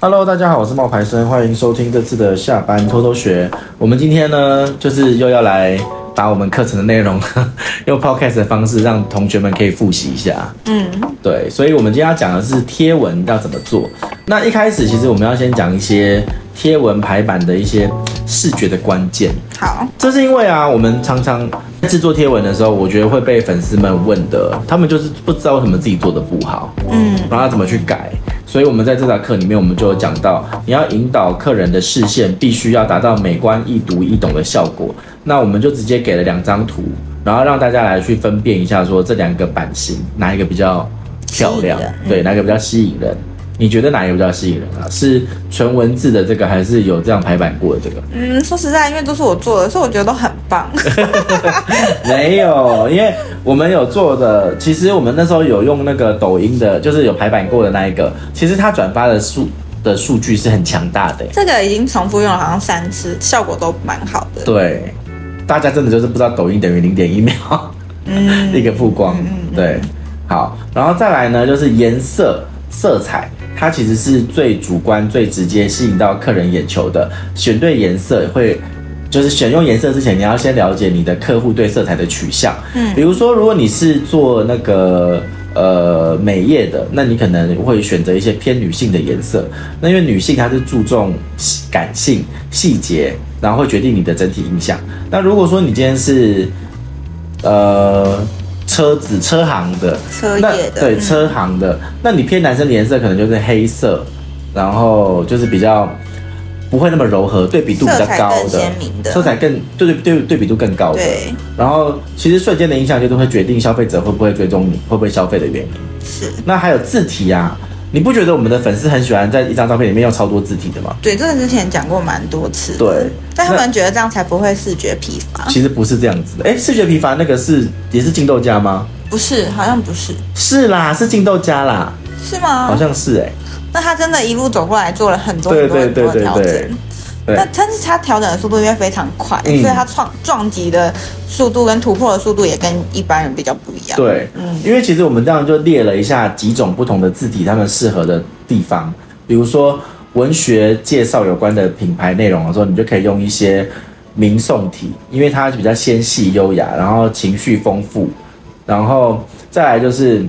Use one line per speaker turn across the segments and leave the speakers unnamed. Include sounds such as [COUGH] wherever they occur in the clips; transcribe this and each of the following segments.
Hello，大家好，我是冒牌生，欢迎收听这次的下班偷偷学。我们今天呢，就是又要来把我们课程的内容 [LAUGHS] 用 podcast 的方式，让同学们可以复习一下。
嗯，
对，所以我们今天要讲的是贴文要怎么做。那一开始，其实我们要先讲一些贴文排版的一些视觉的关键。
好，
这是因为啊，我们常常在制作贴文的时候，我觉得会被粉丝们问的，他们就是不知道为什么自己做的不好，
嗯，
然后要怎么去改。所以我们在这堂课里面，我们就有讲到，你要引导客人的视线，必须要达到美观易读易懂的效果。那我们就直接给了两张图，然后让大家来去分辨一下，说这两个版型哪一个比较漂亮
吸引人，
对，哪一个比较吸引人。你觉得哪一个比较吸引人啊？是纯文字的这个，还是有这样排版过的这个？
嗯，说实在，因为都是我做的，所以我觉得都很
[LAUGHS]
棒。
没有，因为我们有做的，其实我们那时候有用那个抖音的，就是有排版过的那一个，其实它转发的数的数据是很强大的、
这个已经重复用了好像三次，效果都蛮好的。
对，大家真的就是不知道抖音等于零点一秒
嗯
一个曝光，对，好，然后再来呢就是颜色色彩。它其实是最主观、最直接吸引到客人眼球的。选对颜色会，就是选用颜色之前，你要先了解你的客户对色彩的取向。
嗯
比如说，如果你是做那个呃美业的，那你可能会选择一些偏女性的颜色。那因为女性她是注重细感性、细节，然后会决定你的整体印象。那如果说你今天是呃车子车行的，
车
那
业的
对
嗯
车行的，那你偏男生的颜色可能就是黑色，然后就是比较。不会那么柔和，对比度比较
色彩
高
更
的
鲜明，的
色彩更对对对对比度更高的，
对，
然后其实瞬间的影响就是会决定消费者会不会追踪你，会不会消费的原因。
是，
那还有字体啊，你不觉得我们的粉丝很喜欢在一张照片里面用超多字体的吗？
对，这个之前讲过蛮多次的。
对
但他们觉得这样才不会视觉疲乏。
其实不是这样子的。哎，视觉疲乏那个是也是劲豆家吗？
不是，好像不是，
是啦，是劲豆家啦，
是吗？
好像是哎、
那他真的一路走过来做了很多
对
很多很多
对
的调
对对
整。
对
那但是他调整的速度因为非常快，
嗯
所以他撞撞击的速度跟突破的速度也跟一般人比较不一样。，嗯
对，因为其实我们这样就列了一下几种不同的字体，它们适合的地方，比如说文学介绍有关的品牌内容的时候，你就可以用一些明宋体，因为它比较纤细优雅，然后情绪丰富，然后再来就是。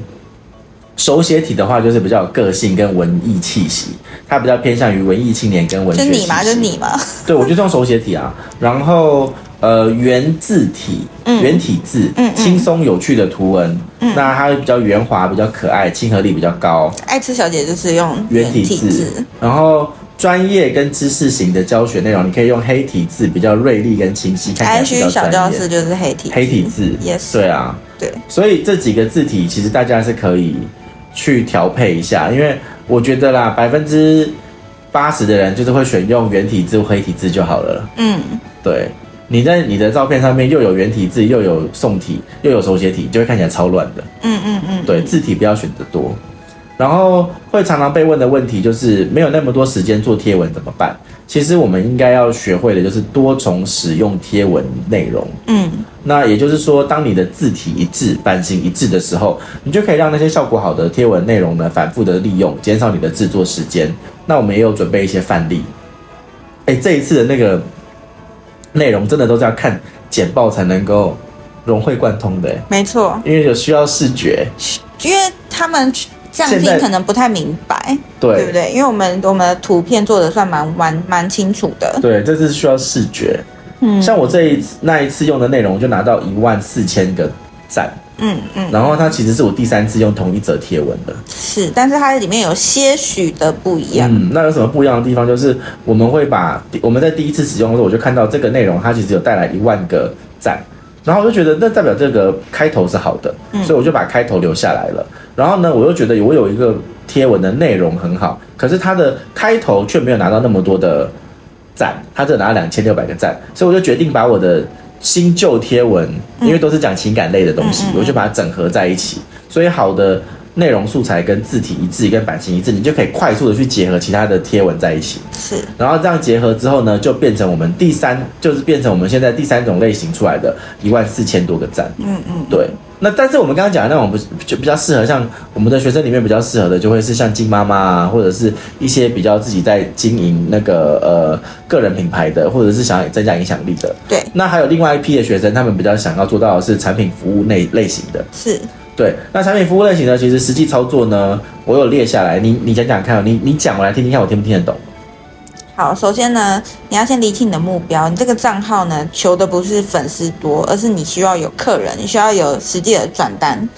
手写体的话，就是比较有个性跟文艺气息，它比较偏向于文艺青年跟文学
就
气息。
你嘛，就你嘛。
对，我就用手写体啊，然后呃圆字体，圆体字，
嗯嗯嗯
轻松有趣的图文，那它比较圆滑，比较可爱，亲和力比较高，
爱吃小姐就是用
圆体字，然后。专业跟知识型的教学内容，你可以用黑体字，比较锐利跟清晰，看起来
，I
比
G
较
哎小
专
教
业
室。就是黑体
黑体字
Yes
对啊，
对，
所以这几个字体其实大家是可以去调配一下，因为我觉得啦，百分之八十的人就是会选用圆体字、黑体字就好了。
嗯，
对，你在你的照片上面又有圆体字，又有宋体，又有手写体，就会看起来超乱的。
嗯嗯嗯，
对，字体不要选得多。然后会常常被问的问题就是，没有那么多时间做贴文怎么办？其实我们应该要学会的就是多重使用贴文内容。
嗯，
那也就是说，当你的字体一致、版型一致的时候，你就可以让那些效果好的贴文内容呢，反复的利用，减少你的制作时间。那我们也有准备一些范例。哎，这一次的那个内容真的都是要看简报才能够融会贯通的，
没错，
因为有需要视觉。
因为他们这样
现在
听可能不太明白，对
对
不对？因为我们我们的图片做的算蛮蛮蛮清楚的，
对，这是需要视觉。
嗯
像我这一次那一次用的内容，就拿到一万四千个赞，
嗯嗯，
然后它其实是我第三次用同一则贴文的。
是，但是它里面有些许的不一样，
嗯，那有什么不一样的地方？就是我们会把我们在第一次使用的时候，我就看到这个内容它其实有带来一万个赞，然后我就觉得那代表这个开头是好的，
嗯
所以我就把开头留下来了。然后呢，我又觉得我有一个贴文的内容很好，可是它的开头却没有拿到那么多的赞，它只有拿两千六百个赞，所以我就决定把我的新旧贴文，因为都是讲情感类的东西，我就把它整合在一起。所以好的内容素材跟字体一致、跟版型一致，你就可以快速的去结合其他的贴文在一起。
是
然后这样结合之后呢，就变成我们第三，就是变成我们现在第三种类型出来的一万四千多个赞。
嗯嗯，
对，那但是我们刚刚讲的那种不是就比较适合像我们的学生里面比较适合的，就会是像金妈妈啊，或者是一些比较自己在经营那个呃个人品牌的，或者是想要增加影响力的。
对
那还有另外一批的学生，他们比较想要做到的是产品服务类类型的。
是
对，那产品服务类型呢，其实实际操作呢，我有列下来，你你讲讲看哦，你你讲我来听听看，我听不听得懂？
好，首先呢，你要先厘清你的目标。你这个账号呢，求的不是粉丝多，而是你需要有客人，你需要有实际的转单。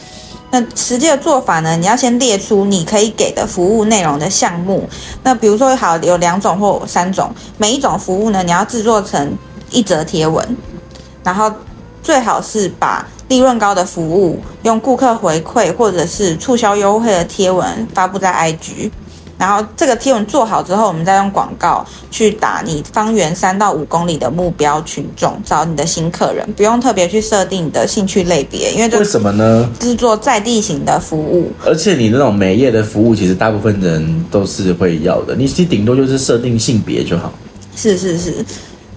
那实际的做法呢，你要先列出你可以给的服务内容的项目。那比如说，好有两种或三种，每一种服务呢，你要制作成一则贴文，然后最好是把利润高的服务用顾客回馈或者是促销优惠的贴文发布在 IG。然后这个贴文做好之后，我们再用广告去打你方圆三到五公里的目标群众，找你的新客人，不用特别去设定你的兴趣类别，因为这
为什么呢？
制作在地型的服务。
而且你那种美业的服务，其实大部分人都是会要的，你其实顶多就是设定性别就好。
是是是，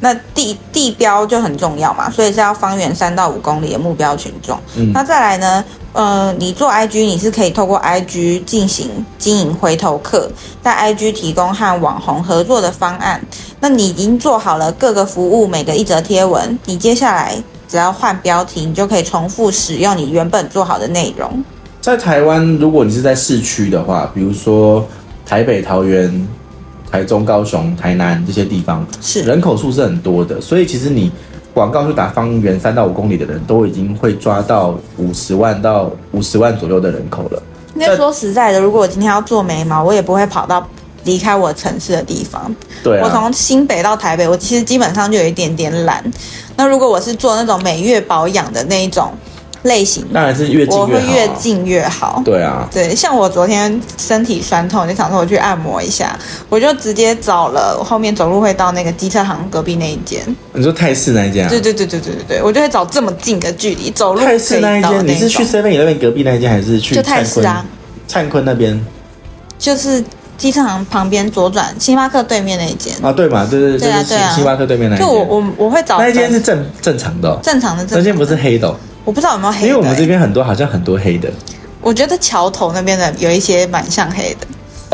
那地地标就很重要嘛，所以是要方圆三到五公里的目标群众。
嗯
那再来呢，呃，你做 IG 你是可以透过 IG 进行经营回头客，在 IG 提供和网红合作的方案。那你已经做好了各个服务，每个一则贴文，你接下来只要换标题，你就可以重复使用你原本做好的内容。
在台湾，如果你是在市区的话，比如说台北、桃园、台中、高雄、台南这些地方，
是
人口数是很多的，所以其实你广告去打方圆三到五公里的人都已经会抓到五十万到五十万左右的人口了。
应该说实在的，如果我今天要做眉毛，我也不会跑到离开我城市的地方。
对
我
啊，
从新北到台北，我其实基本上就有一点点懒。那如果我是做那种每月保养的那一种类型，
当然是越近
我
越
会
好、啊
越。近越好。
对啊，
对，像我昨天身体酸痛，就想说我去按摩一下，我就直接找了我后面走路会到那个机车行隔壁那一间。
你说泰式那一间、啊
对，对对对对对对，我就会找这么近的距离走路可
泰式
以
那一
到的
间，你
那
是去
种。
Seven 那边隔壁那一间，还是去
就泰式啊，
灿坤那边
就是机车行旁边左转，星巴克对面那一间。
啊，对嘛，对对
对啊
就是
对啊
星巴克对面那一
就
间，
我我我会找
那一间是正正常的、哦，
正常的正常的，
那间不是黑的、哦，
我不知道有没有黑
因
的、
为我们
欸
这边很多好像很多黑的
我觉得桥头那边的有一些蛮像黑的，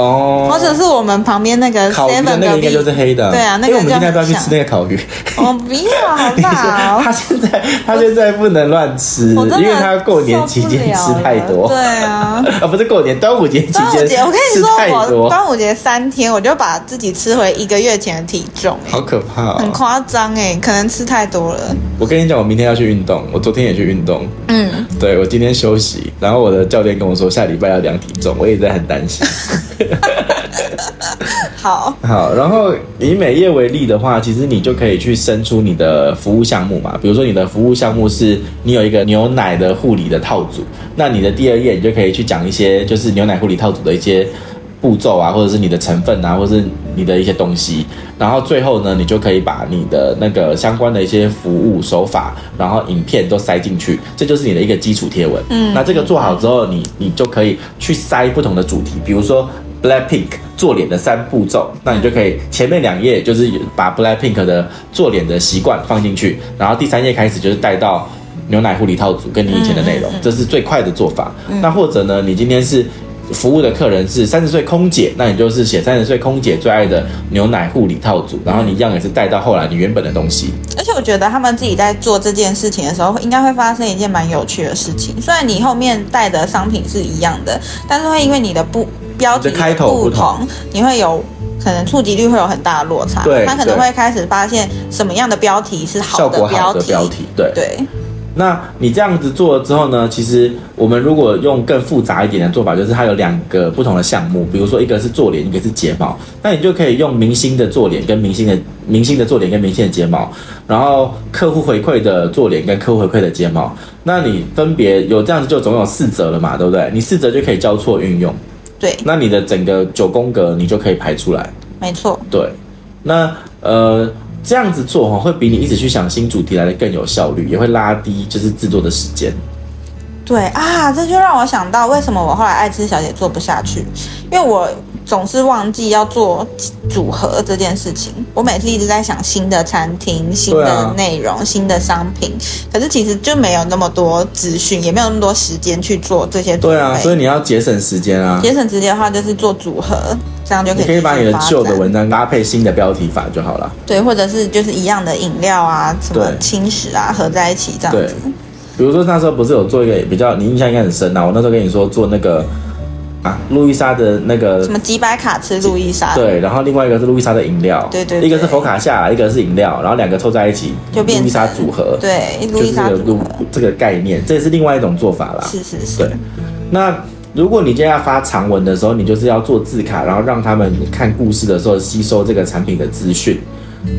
哦，
或者是我们旁边那个
烤鱼的
Seven
那个
隔
应该
壁，
就是黑的，
对啊那个
因为我们今天要不要
就
去
很
吃那个烤鱼？
我不要，好不好？
[LAUGHS] 他现在他现在不能乱吃，
我真的
因为他过年期间吃太
受
多
不了了。对啊。
啊，不是过年，端午节 [LAUGHS] 期
端午
间
节，我跟你
吃太
说，我
多，
端午节三天，我就把自己吃回一个月前的体重、欸，
好可怕
很
哦！
夸张哎，可能吃太多了。
我跟你讲，我明天要去运动，我昨天也去运动，
嗯，
对我今天休息，然后我的教练跟我说下礼拜要量体重，我也在很担心。
好，
好，然后以美业为例的话，其实你就可以去生出你的服务项目嘛。比如说你的服务项目是你有一个牛奶的护理的套组，那你的第二页你就可以去讲一些就是牛奶护理套组的一些步骤啊，或者是你的成分啊，或者是你的一些东西。然后最后呢，你就可以把你的那个相关的一些服务手法，然后影片都塞进去，这就是你的一个基础贴文。嗯，那这个做好之后，你你就可以去塞不同的主题，比如说 Blackpink 做脸的三步骤，那你就可以前面两页就是把 Blackpink 的做脸的习惯放进去，然后第三页开始就是带到。牛奶护理套组跟你以前的内
嗯
容，这是最快的做法。那或者呢，你今天是服务的客人是三十岁空姐，那你就是写三十岁空姐最爱的牛奶护理套组，然后你一样也是带到后来你原本的东西。
而且我觉得他们自己在做这件事情的时候，应该会发生一件蛮有趣的事情。虽然你后面带的商品是一样的，但是会因为你的不标题
你的开头
不
不同，
你会有可能触及率会有很大的落差。
对
他可能
对
会开始发现什么样的标题是
效
好
果
的
好
标
的
题。
标题，对。
对，
那你这样子做了之后呢，其实我们如果用更复杂一点的做法，就是它有两个不同的项目，比如说一个是做脸，一个是睫毛，那你就可以用明星的做脸跟明星的明星的做脸跟明星的睫毛，然后客户回馈的做脸跟客户回馈的睫毛，那你分别有这样子就总有四折了嘛，对不对？你四折就可以交错运用。
对，
那你的整个九宫格你就可以排出来。
没错，
对，那呃这样子做哈，会比你一直去想新主题来的更有效率，也会拉低就是制作的时间。
对啊，这就让我想到为什么我后来爱吃小姐做不下去，因为我总是忘记要做组合这件事情。我每次一直在想新的餐厅、新
对啊
的内容、新的商品，可是其实就没有那么多资讯，也没有那么多时间去做这些准备。
对啊，所以你要节省时间啊。
节省时间的话，就是做组合，这样就可
你
以
可以把
继续
你的
发
旧的
展
文章搭配新的标题法就好了。
对，或者是就是一样的饮料啊，什么
对
轻食啊，合在一起这样
对
子。
比如说那时候不是有做一个比较，你印象应该很深呐、啊我那时候跟你说做那个啊，路易莎的那个
什么几百卡吃路易莎，
对，然后另外一个是路易莎的饮料，
对对对
一个是佛卡夏，一个是饮料，然后两个凑在一起，
就变
路易
成
莎组合，，
对路啊
就
易
是这
莎
个
组
路
合，
这个概念，这也是另外一种做法啦。
是是
对
是，，
那如果你今天要发长文的时候，你就是要做字卡，然后让他们看故事的时候吸收这个产品的资讯。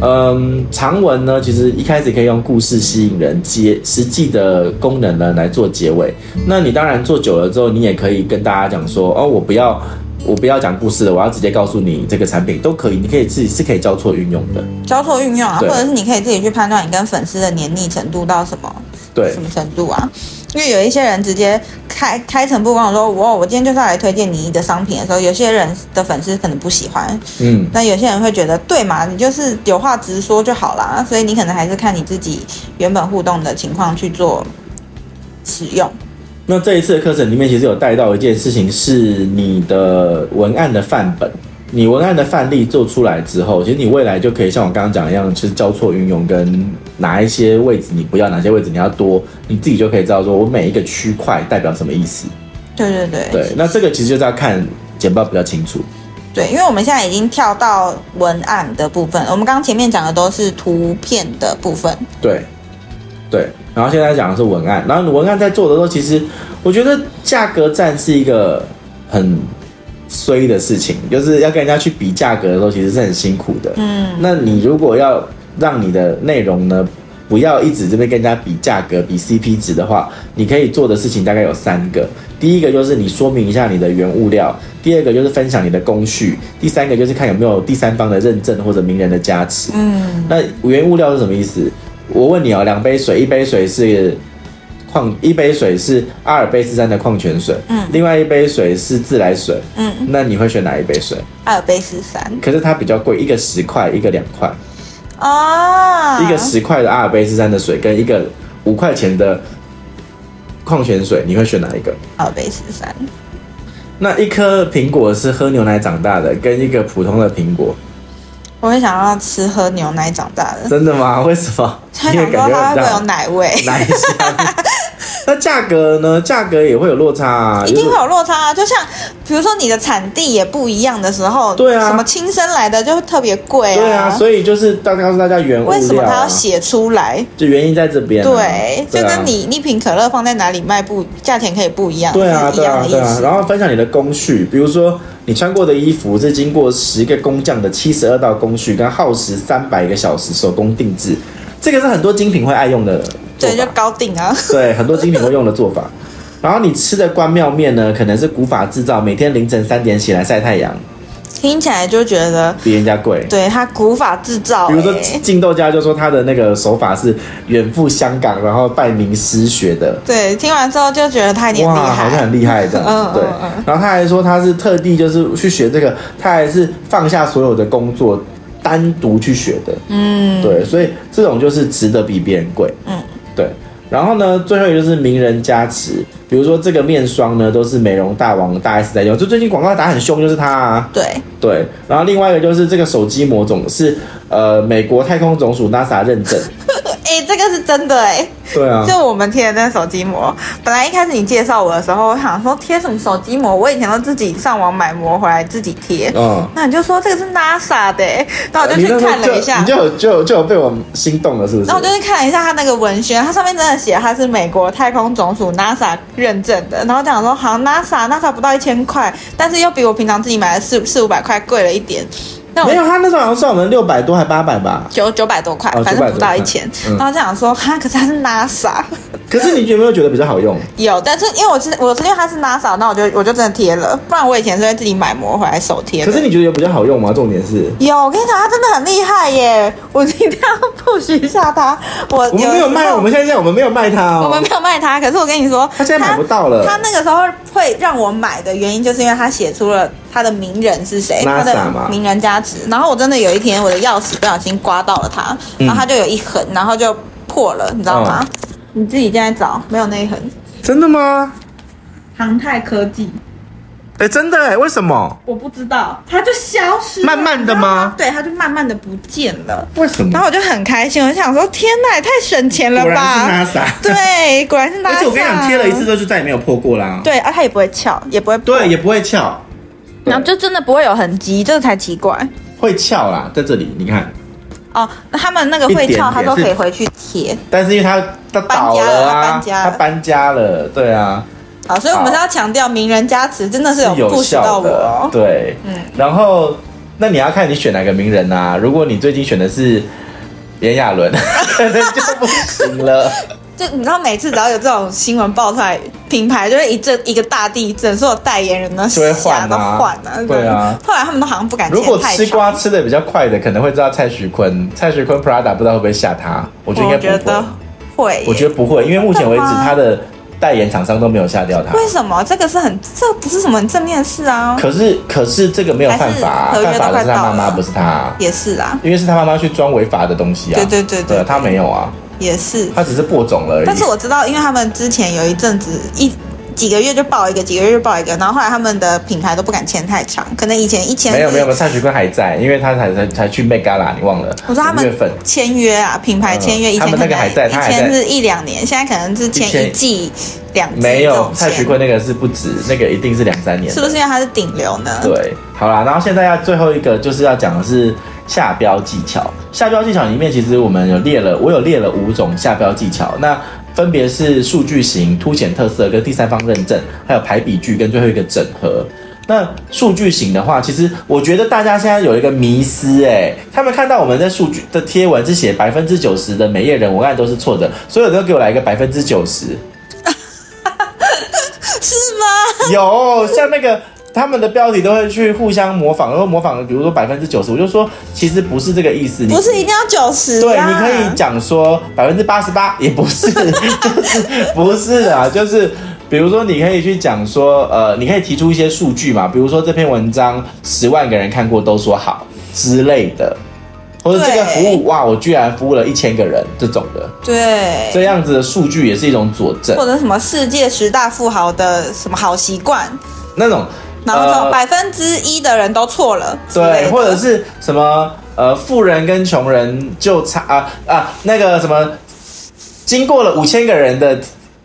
嗯，长文呢，其实一开始可以用故事吸引人，接实际的功能呢来做结尾。那你当然做久了之后，你也可以跟大家讲说，哦，我不要，我不要讲故事了，我要直接告诉你这个产品都可以，你可以自己是可以交错运用的。
交错运用啊，或
嗯对
者是你可以自己去判断你跟粉丝的黏腻程度到什么
对
什么程度啊。因为有一些人直接开开诚布公地说，我我今天就是要来推荐你的商品的时候，有些人的粉丝可能不喜欢，
嗯，
那有些人会觉得，对嘛，你就是有话直说就好啦。所以你可能还是看你自己原本互动的情况去做使用。
那这一次的课程里面，其实有带到一件事情，是你的文案的范本，你文案的范例做出来之后，其实你未来就可以像我刚刚讲一样，就是交错运用，跟哪一些位置你不要，哪些位置你要多，你自己就可以知道说我每一个区块代表什么意思。
对对对
对，那这个其实就是要看简报比较清楚。
对因为我们现在已经跳到文案的部分，我们刚刚前面讲的都是图片的部分。
对，对。然后现在讲的是文案，然后你文案在做的时候，其实我觉得价格战是一个很衰的事情，就是要跟人家去比价格的时候，其实是很辛苦的。
嗯，
那你如果要让你的内容呢，不要一直这边跟人家比价格、比 CP 值的话，你可以做的事情大概有三个。第一个就是你说明一下你的原物料，第二个就是分享你的工序，第三个就是看有没有第三方的认证或者名人的加持。
嗯，
那原物料是什么意思？我问你哦，两杯水，一杯水是矿，一杯水是阿尔卑斯山的矿泉水，
嗯
另外一杯水是自来水，
嗯，
那你会选哪一杯水？
阿尔卑斯山
可是它比较贵，一个十块，一个两块，
啊，
一个十块的阿尔卑斯山的水跟一个五块钱的矿泉水，你会选哪一个？
阿尔卑斯山，
那一颗苹果是喝牛奶长大的，跟一个普通的苹
[LAUGHS]
果，
我会想要吃喝牛奶长大的，
真的吗？为什么？
他
因为
想
感
说
觉
它
很
会不会有
大。
奶味，
哪一项？ [LAUGHS] 那价格呢？价格也会有落差、啊，
[LAUGHS] 一定
就
会
是
有落差啊。就像比如说你的产地也不一样的时候，
对啊
什么亲生来的就会特别贵啊。
对啊，所以就是大家告诉大家原物料、啊，
为什么他要写出来？
就原因在这边、啊。
对，
对
就
啊
跟你一瓶可乐放在哪里卖不，价钱可以不一样，
对啊，
是一
对
样
啊
的，意
对啊。
思。
然后分享你的工序，比如说你穿过的衣服是经过十个工匠的七十二道工序，跟耗时三百个小时手工定制，这个是很多精品会爱用的做
对，就
法。
高定啊，
对，很多精品会用的做法。然后你吃的关庙面呢，可能是古法制造，每天凌晨三点起来晒太阳，
听起来就觉得，
比人家贵。
对他古法制造、
比如说
欸，
进豆家就说他的那个手法是远赴香港，然后拜名师学的，
对，听完之后就觉得他有点
哇，
厉
好像
害，
很厉害这样
嗯嗯
子。对
嗯，
然后他还说他是特地就是去学这个，他还是放下所有的工作，单独去学的。
嗯，
对，所以这种就是值得比别人贵。
嗯，
对。然后呢，最后一个就是名人加持，比如说这个面霜呢，都是美容大王大 S 在用，就最近广告打很凶，就是他啊。
对，
对，然后另外一个就是这个手机模种是呃美国太空总署 NASA 认证，
哎、这个是真的哎、
对啊，
[LAUGHS] 就我们贴的那个手机膜，本来一开始你介绍我的时候，我想说贴什么手机膜，我以前都自己上网买膜回来自己贴。
嗯，
那你就说这个是 NASA 的、欸，然后我就
你
去
那时候
看了一
就
下，
你就有就有就有被我心动了，是不是
然后？我就去看了一下它那个文宣，它上面真的写它是美国太空总署 NASA 认证的。然后讲说，好像 NASA NASA 不到一千块，但是又比我平常自己买的四四五百块贵了一点。那
没
我
有，他那时候好像算我们六百多还八百吧，
九九百多块
哦，
反
900
正
多
不到
块
一千
嗯。
然后就想说，哈，可是它是 NASA，
可是你有没有觉得比较好
[LAUGHS]
用？
有，但是因为我是我是因为它是 NASA，那我就我就真的贴了，不然我以前是会自己买膜回来手贴的。
可是你觉得有比较好用吗？重点是
有，我跟你讲，他真的很厉害耶！我一定要 push 一下他。我
我们没有卖，
时候
我们现在现在我们没有卖它
我
哦
们。没有卖它，可是我跟你说，
他现在买不到了
他。那个时候会让我买的原因，就是因为他写出了他的名人是谁，他
NASA
的
嘛
名人价值。然后我真的有一天，我的钥匙不小心刮到了它，然后它就有一
嗯
痕，然后就破了，你知道吗？你自己现在找，没有那一痕。
真的吗？
航太科技，
哎、真的哎、为什么？
我不知道，它就消失了，
慢慢地吗
对，它就慢慢的不见了。
为什
然？后我就很开心，我就想说：天呐，也太省钱了
果
吧！
然是 NASA。
对，果然是 NASA。
[LAUGHS] 而且我跟你讲，贴了一次，之后就再也没有破过啦。
对啊，它也不会翘，也不会破
对，也不会翘，
然后就真的不会有痕迹，这才奇怪
会翘啦，在这里你看，
哦。那他们那个会
一点
翘，
点
他都
是
可以回去贴。
但是因为它它倒啊，
搬家
它
了
搬家了，对啊，
好，哦所以我们
好
是要强调名人加持真的是
是
有
有
故事
效
到我
的，
哦。
对，
嗯
然后那你要看你选哪个名人啊？如果你最近选的是炎亚纶， [LAUGHS] 可能就不行
[LAUGHS]
了。
就你知道，每次只要有这种新闻爆出来，品牌就会一阵一个大地震，所有代言人呢
就会换啊
吓到换啊，
对啊。
后来他们都好像不敢
如果
剪太
吃
长，
瓜吃的比较快的，可能会知道蔡徐坤，蔡徐坤 Prada 不知道会不会吓他，我觉得
我
应该
觉
不会
得，会耶。
我觉得不会，因为目前为止
真的吗
他的代言厂商都没有吓掉他。
为什么这个是很这不是什么很正面的事啊？
可是可是这个没有犯法、啊
还是合约
犯法
都
的是他
快到
妈妈，
了
不是他、
也是啊，
因为是他妈妈去装违法的东西啊。
对对对对
他没有啊，
也是。
他只是播种了而已。
但是我知道，因为他们之前有一阵子一几个月就爆一个，几个月就爆一个，然后后来他们的品牌都不敢签太长，可能以前一签
没有没有，没有，蔡徐坤还在，因为他才才才去 Met Gala，你忘了？
我说他
五月
们
份
签约啊，品牌签约，
嗯
以前
他
可
们那
能
个还在
以
他还在
前是一两年，现在可能是
一
签
签
一季、两季
没
这
有
种，
蔡徐
签，
坤那个是不止，那个一定是两三年。
是不是因为他是顶流呢？，
对，好啦，然后现在要最后一个就是要讲的是下标技巧。下标技巧里面，其实我们有列了，我有列了五种下标技巧，那分别是数据型、凸显特色跟第三方认证，还有排比句跟最后一个整合。那数据型的话，其实我觉得大家现在有一个迷思、哎，他们看到我们在数据的贴文是写百分之九十的每页人文案都是错的，所有人都给我来一个百分之九十，
是吗？
有像那个他们的标题都会去互相模仿，然后模仿，比如说百分之九十，我就说其实不是这个意思，你
不是一定要九十、啊，
对，你可以讲说百分之八十八也不是， [LAUGHS] 就是不是啊，就是。比如说，你可以去讲说，呃，你可以提出一些数据嘛，比如说这篇文章十万个人看过都说好之类的，或者这个服务哇，我居然服务了一千个人这种的，
对，
这样子的数据也是一种佐证
或。者什么世界十大富豪的什么好习惯，
那种，
然后
呃
说百分之一的人都错了之类的，
对，或者是什么呃，富人跟穷人就差啊啊，那个什么，经过了五千个人的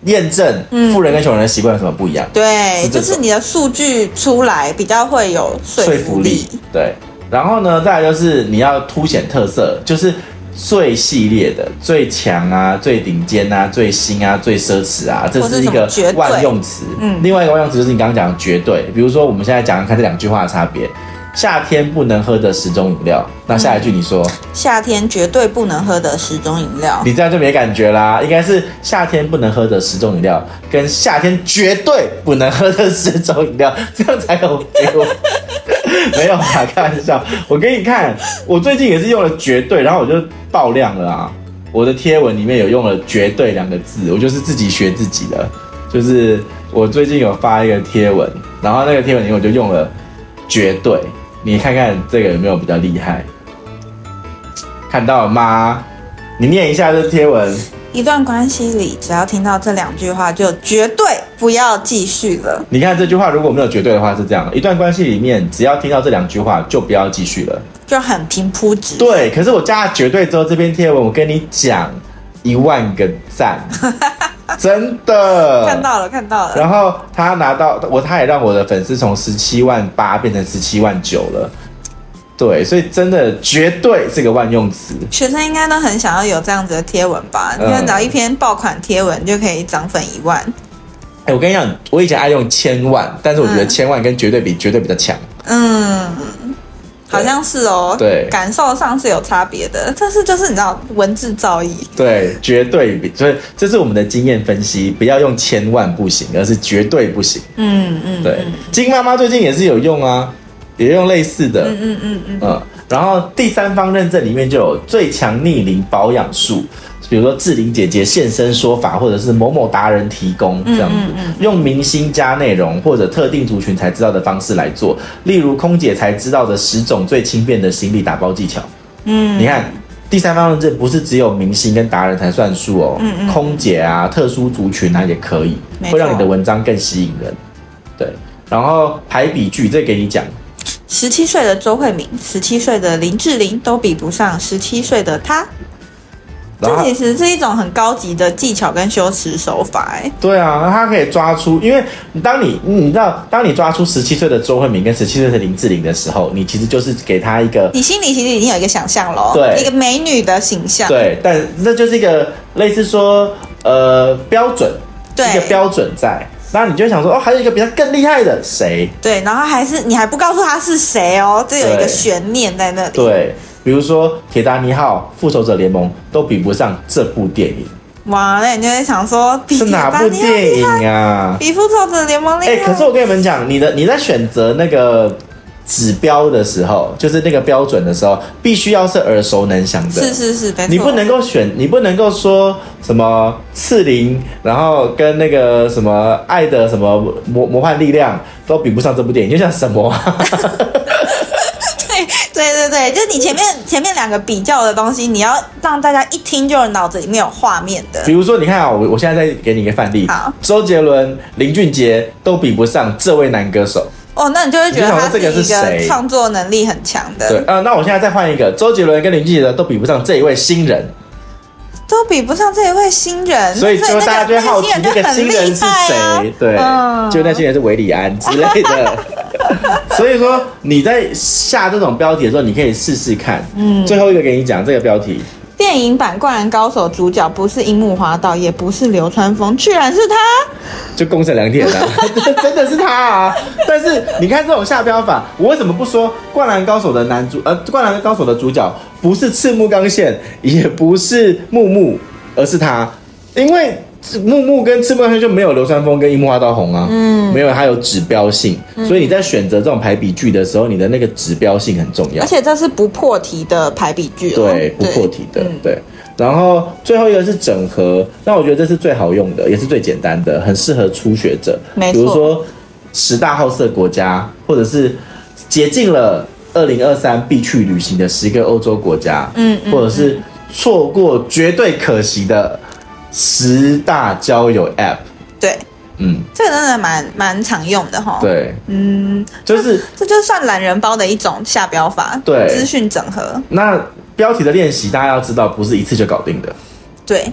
验证，
嗯
富人跟穷人的习惯有什么不一样？
对，
是这
就
种
是你的数据出来比较会有说
说
服
服
力
力。，对。然后呢，再来就是你要凸显特色，就是最系列的、最强啊、最顶尖啊、最新啊、最奢侈啊，这
或是
是一
什么
个
绝对
万用词。
嗯
另外一个万用词就是你刚刚讲的绝对，比如说我们现在讲看这两句话的差别。夏天不能喝的十种饮料，那下一句你说。
夏天绝对不能喝的十种饮料，
你这样就没感觉啦，应该是夏天不能喝的十种饮料，跟夏天绝对不能喝的十种饮料，这样才有给我。没有啦，开玩笑。我给你看，我最近也是用了绝对，然后我就爆量了啊！我的贴文里面有用了“绝对”两个字，我就是自己学自己的。就是我最近有发一个贴文，然后那个贴文里面我就用了“绝对”，你看看这个有没有比较厉害？看到了吗？你念一下这贴文，
一段关系里，只要听到这两句话，就绝对不要继续了。
你看这句话如果没有绝对的话是这样：一段关系里面，只要听到这两句话，就不要继续了。
就很平铺直，
对，可是我加了绝对之后，这篇贴文我跟你讲，一万个赞，
[LAUGHS]
真的。
看到了，看到了。
然后他拿到我，他也让我的粉丝从十七万八变成十七万九了。对，所以真的绝对是个万用词。
学生应该都很想要有这样子的贴文吧？
嗯
你看，找一篇爆款贴文就可以涨粉一万。
哎、我跟你讲，我
嗯
以前爱用千万，但是我觉得千万跟绝对比，绝对比较强。
嗯，好像是哦。
对
感受上是有差别的，但是就是你知道文字造诣，
对，绝对比，所以这是我们的经验分析，不要用千万不行，而是绝对不行。
嗯嗯，
对，金妈妈最近也是有用啊，也用类似的，
嗯嗯嗯嗯，
嗯，然后第三方认证里面就有最强逆龄保养术，比如说志玲姐姐现身说法，或者是某某达人提供这样子，
嗯嗯
用明星加内容或者特定族群才知道的方式来做，例如空姐才知道的十种最轻便的行李打包技巧。
嗯
你看。第三方认证不是只有明星跟达人才算数哦，
嗯嗯
空姐啊、特殊族群啊也可以，
没
会让
错
你的文章更吸引人。对，然后排比句，这给你讲，
十七岁的周慧敏，十七岁的林志玲都比不上十七岁的她。
然后
这其实是一种很高级的技巧跟修辞手法、哎，
对啊，他可以抓出，因为当你你知道，当你抓出十七岁的周慧敏跟十七岁的林志玲的时候，你其实就是给他一个
你心里其实已经有一个想象喽，
对
一个美女的形象，
对，但那就是一个类似说呃标准，
对
一个标准在，那你就想说哦，还有一个比他更厉害的谁？
对然后还是你还不告诉她是谁哦，这有一个
对
悬念在那里，，
对，比如说《铁达尼号》《复仇者联盟》都比不上这部电影，
哇，那你就会想说，比
是哪部
铁达尼号
电
厉害
影啊？
比复仇者联盟厉害？
哎、可是我跟你们讲，你的你在选择那个指标的时候，就是那个标准的时候，必须要是耳熟能详的。
是是是，没错，
你不能够选，你不能够说什么刺灵，然后跟那个什么爱的什么魔魔幻力量都比不上这部电影，就像什么
[LAUGHS]
啊
对对对对，就是你前面前面两个比较的东西，你要让大家一听就脑子里面有画面的
比。如说，你看啊，我我现在再给你一个范例
好，
周杰伦、林俊杰都比不上这位男歌手。
哦，那你就会觉得
你
他
就想说这个是
一个
谁
创作能力很强
对
的，，
呃，那我现在再换一个，周杰伦跟林俊杰都比不上这一位新人。
都比不上这一位新人，
所以就
那个
大家就会好奇
那
那
个
个
新
新人
人就很厉
是
害啊
谁，对
嗯，
就那新人是韦礼安之类
[LAUGHS]
的。所以说你在下这种标题的时候，你可以试试看。
嗯
最后一个给你讲这个标题，
电影版《灌篮高手》主角不是樱木花道，也不是流川枫，居然是他！
就攻城良田啊， [LAUGHS] 真的是他啊！但是你看这种下标法，我为什么不说《灌篮高手》的男主呃，《灌篮高手》的主角不是赤木刚宪，也不是木木，而是他，因为木木跟赤木刚宪就没有流川枫跟樱木花道红啊，嗯，没有它有指标性，所以你在选择这种排比句的时候，你的那个指标性很重要
而。且这是不破题的排比句、哦，
对，不破题的，
嗯
对。然后最后一个是整合，那我觉得这是最好用的，也是最简单的，很适合初学者。
没
比如
错
说十大好色国家，或者是竭尽了二零二三必去旅行的十个欧洲国家，
嗯嗯
或者是错过绝对可惜的十大交友 App，
对，
嗯，
这个真的蛮蛮常用的哈、，
对，
嗯，
就是
这就算懒人包的一种下标法，
对
资讯整合，
那标题的练习，大家要知道，不是一次就搞定的。
对，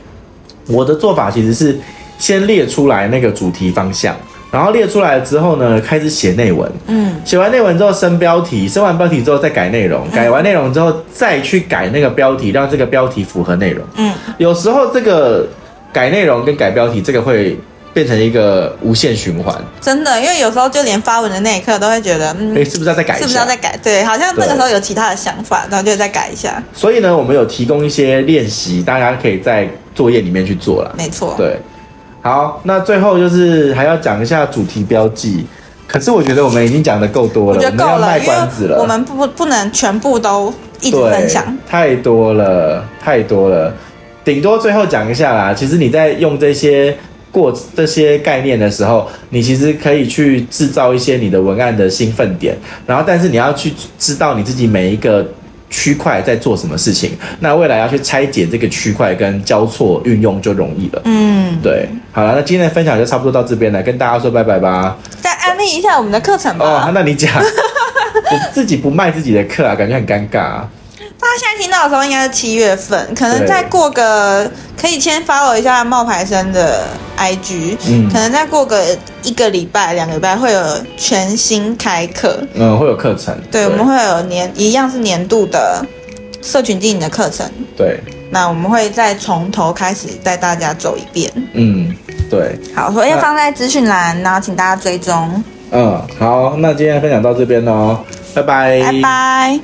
我的做法其实是先列出来那个主题方向，然后列出来之后呢，开始写内文。
嗯，
写完内文之后升标题，升完标题之后再改内容，改完内容之后再去改那个标题，让这个标题符合内容。
嗯，
有时候这个改内容跟改标题，这个会变成一个无限循环。
真的，因为有时候就连发文的那一刻都会觉得，嗯
哎、，是不是要再改一下？
是不是要再改？对，好像那个时候有其他的想法，然后就再改一下，
所以呢，我们有提供一些练习，大家可以在作业里面去做啦。
没错，
对，好，那最后就是还要讲一下主题标记。可是我觉得我们已经讲的够多
我
了，
觉
我
得
们
够
要卖
因
关子
为
了。
我们不不能全部都一直分享，
对太多了，太多了。顶多最后讲一下啦。其实你在用这些过这些概念的时候，你其实可以去制造一些你的文案的兴奋点，然后但是你要去知道你自己每一个。区块在做什么事情？那未来要去拆解这个区块跟交错运用就容易了。
嗯，
对，好了，那今天的分享就差不多到这边了，跟大家说拜拜吧。
再安利一下我们的课程吧。
哦，那你讲， [LAUGHS] 我自己不卖自己的课啊，感觉很尴尬、啊。
大家现在听到的时候应该是七月份，可能
对
再过个可以先 follow 一下冒牌生的 IG，、
嗯
可能再过个一个礼拜、两个礼拜会有全新开课。
嗯，会有课程。
对，我们会有年一样是年度的社群经营的课程，
对，
那我们会再从头开始带大家走一遍。
嗯，对，
好，所以要
那
放在资讯栏，然后请大家追踪。
嗯，好，那今天的分享到这边喽，拜拜，
拜拜。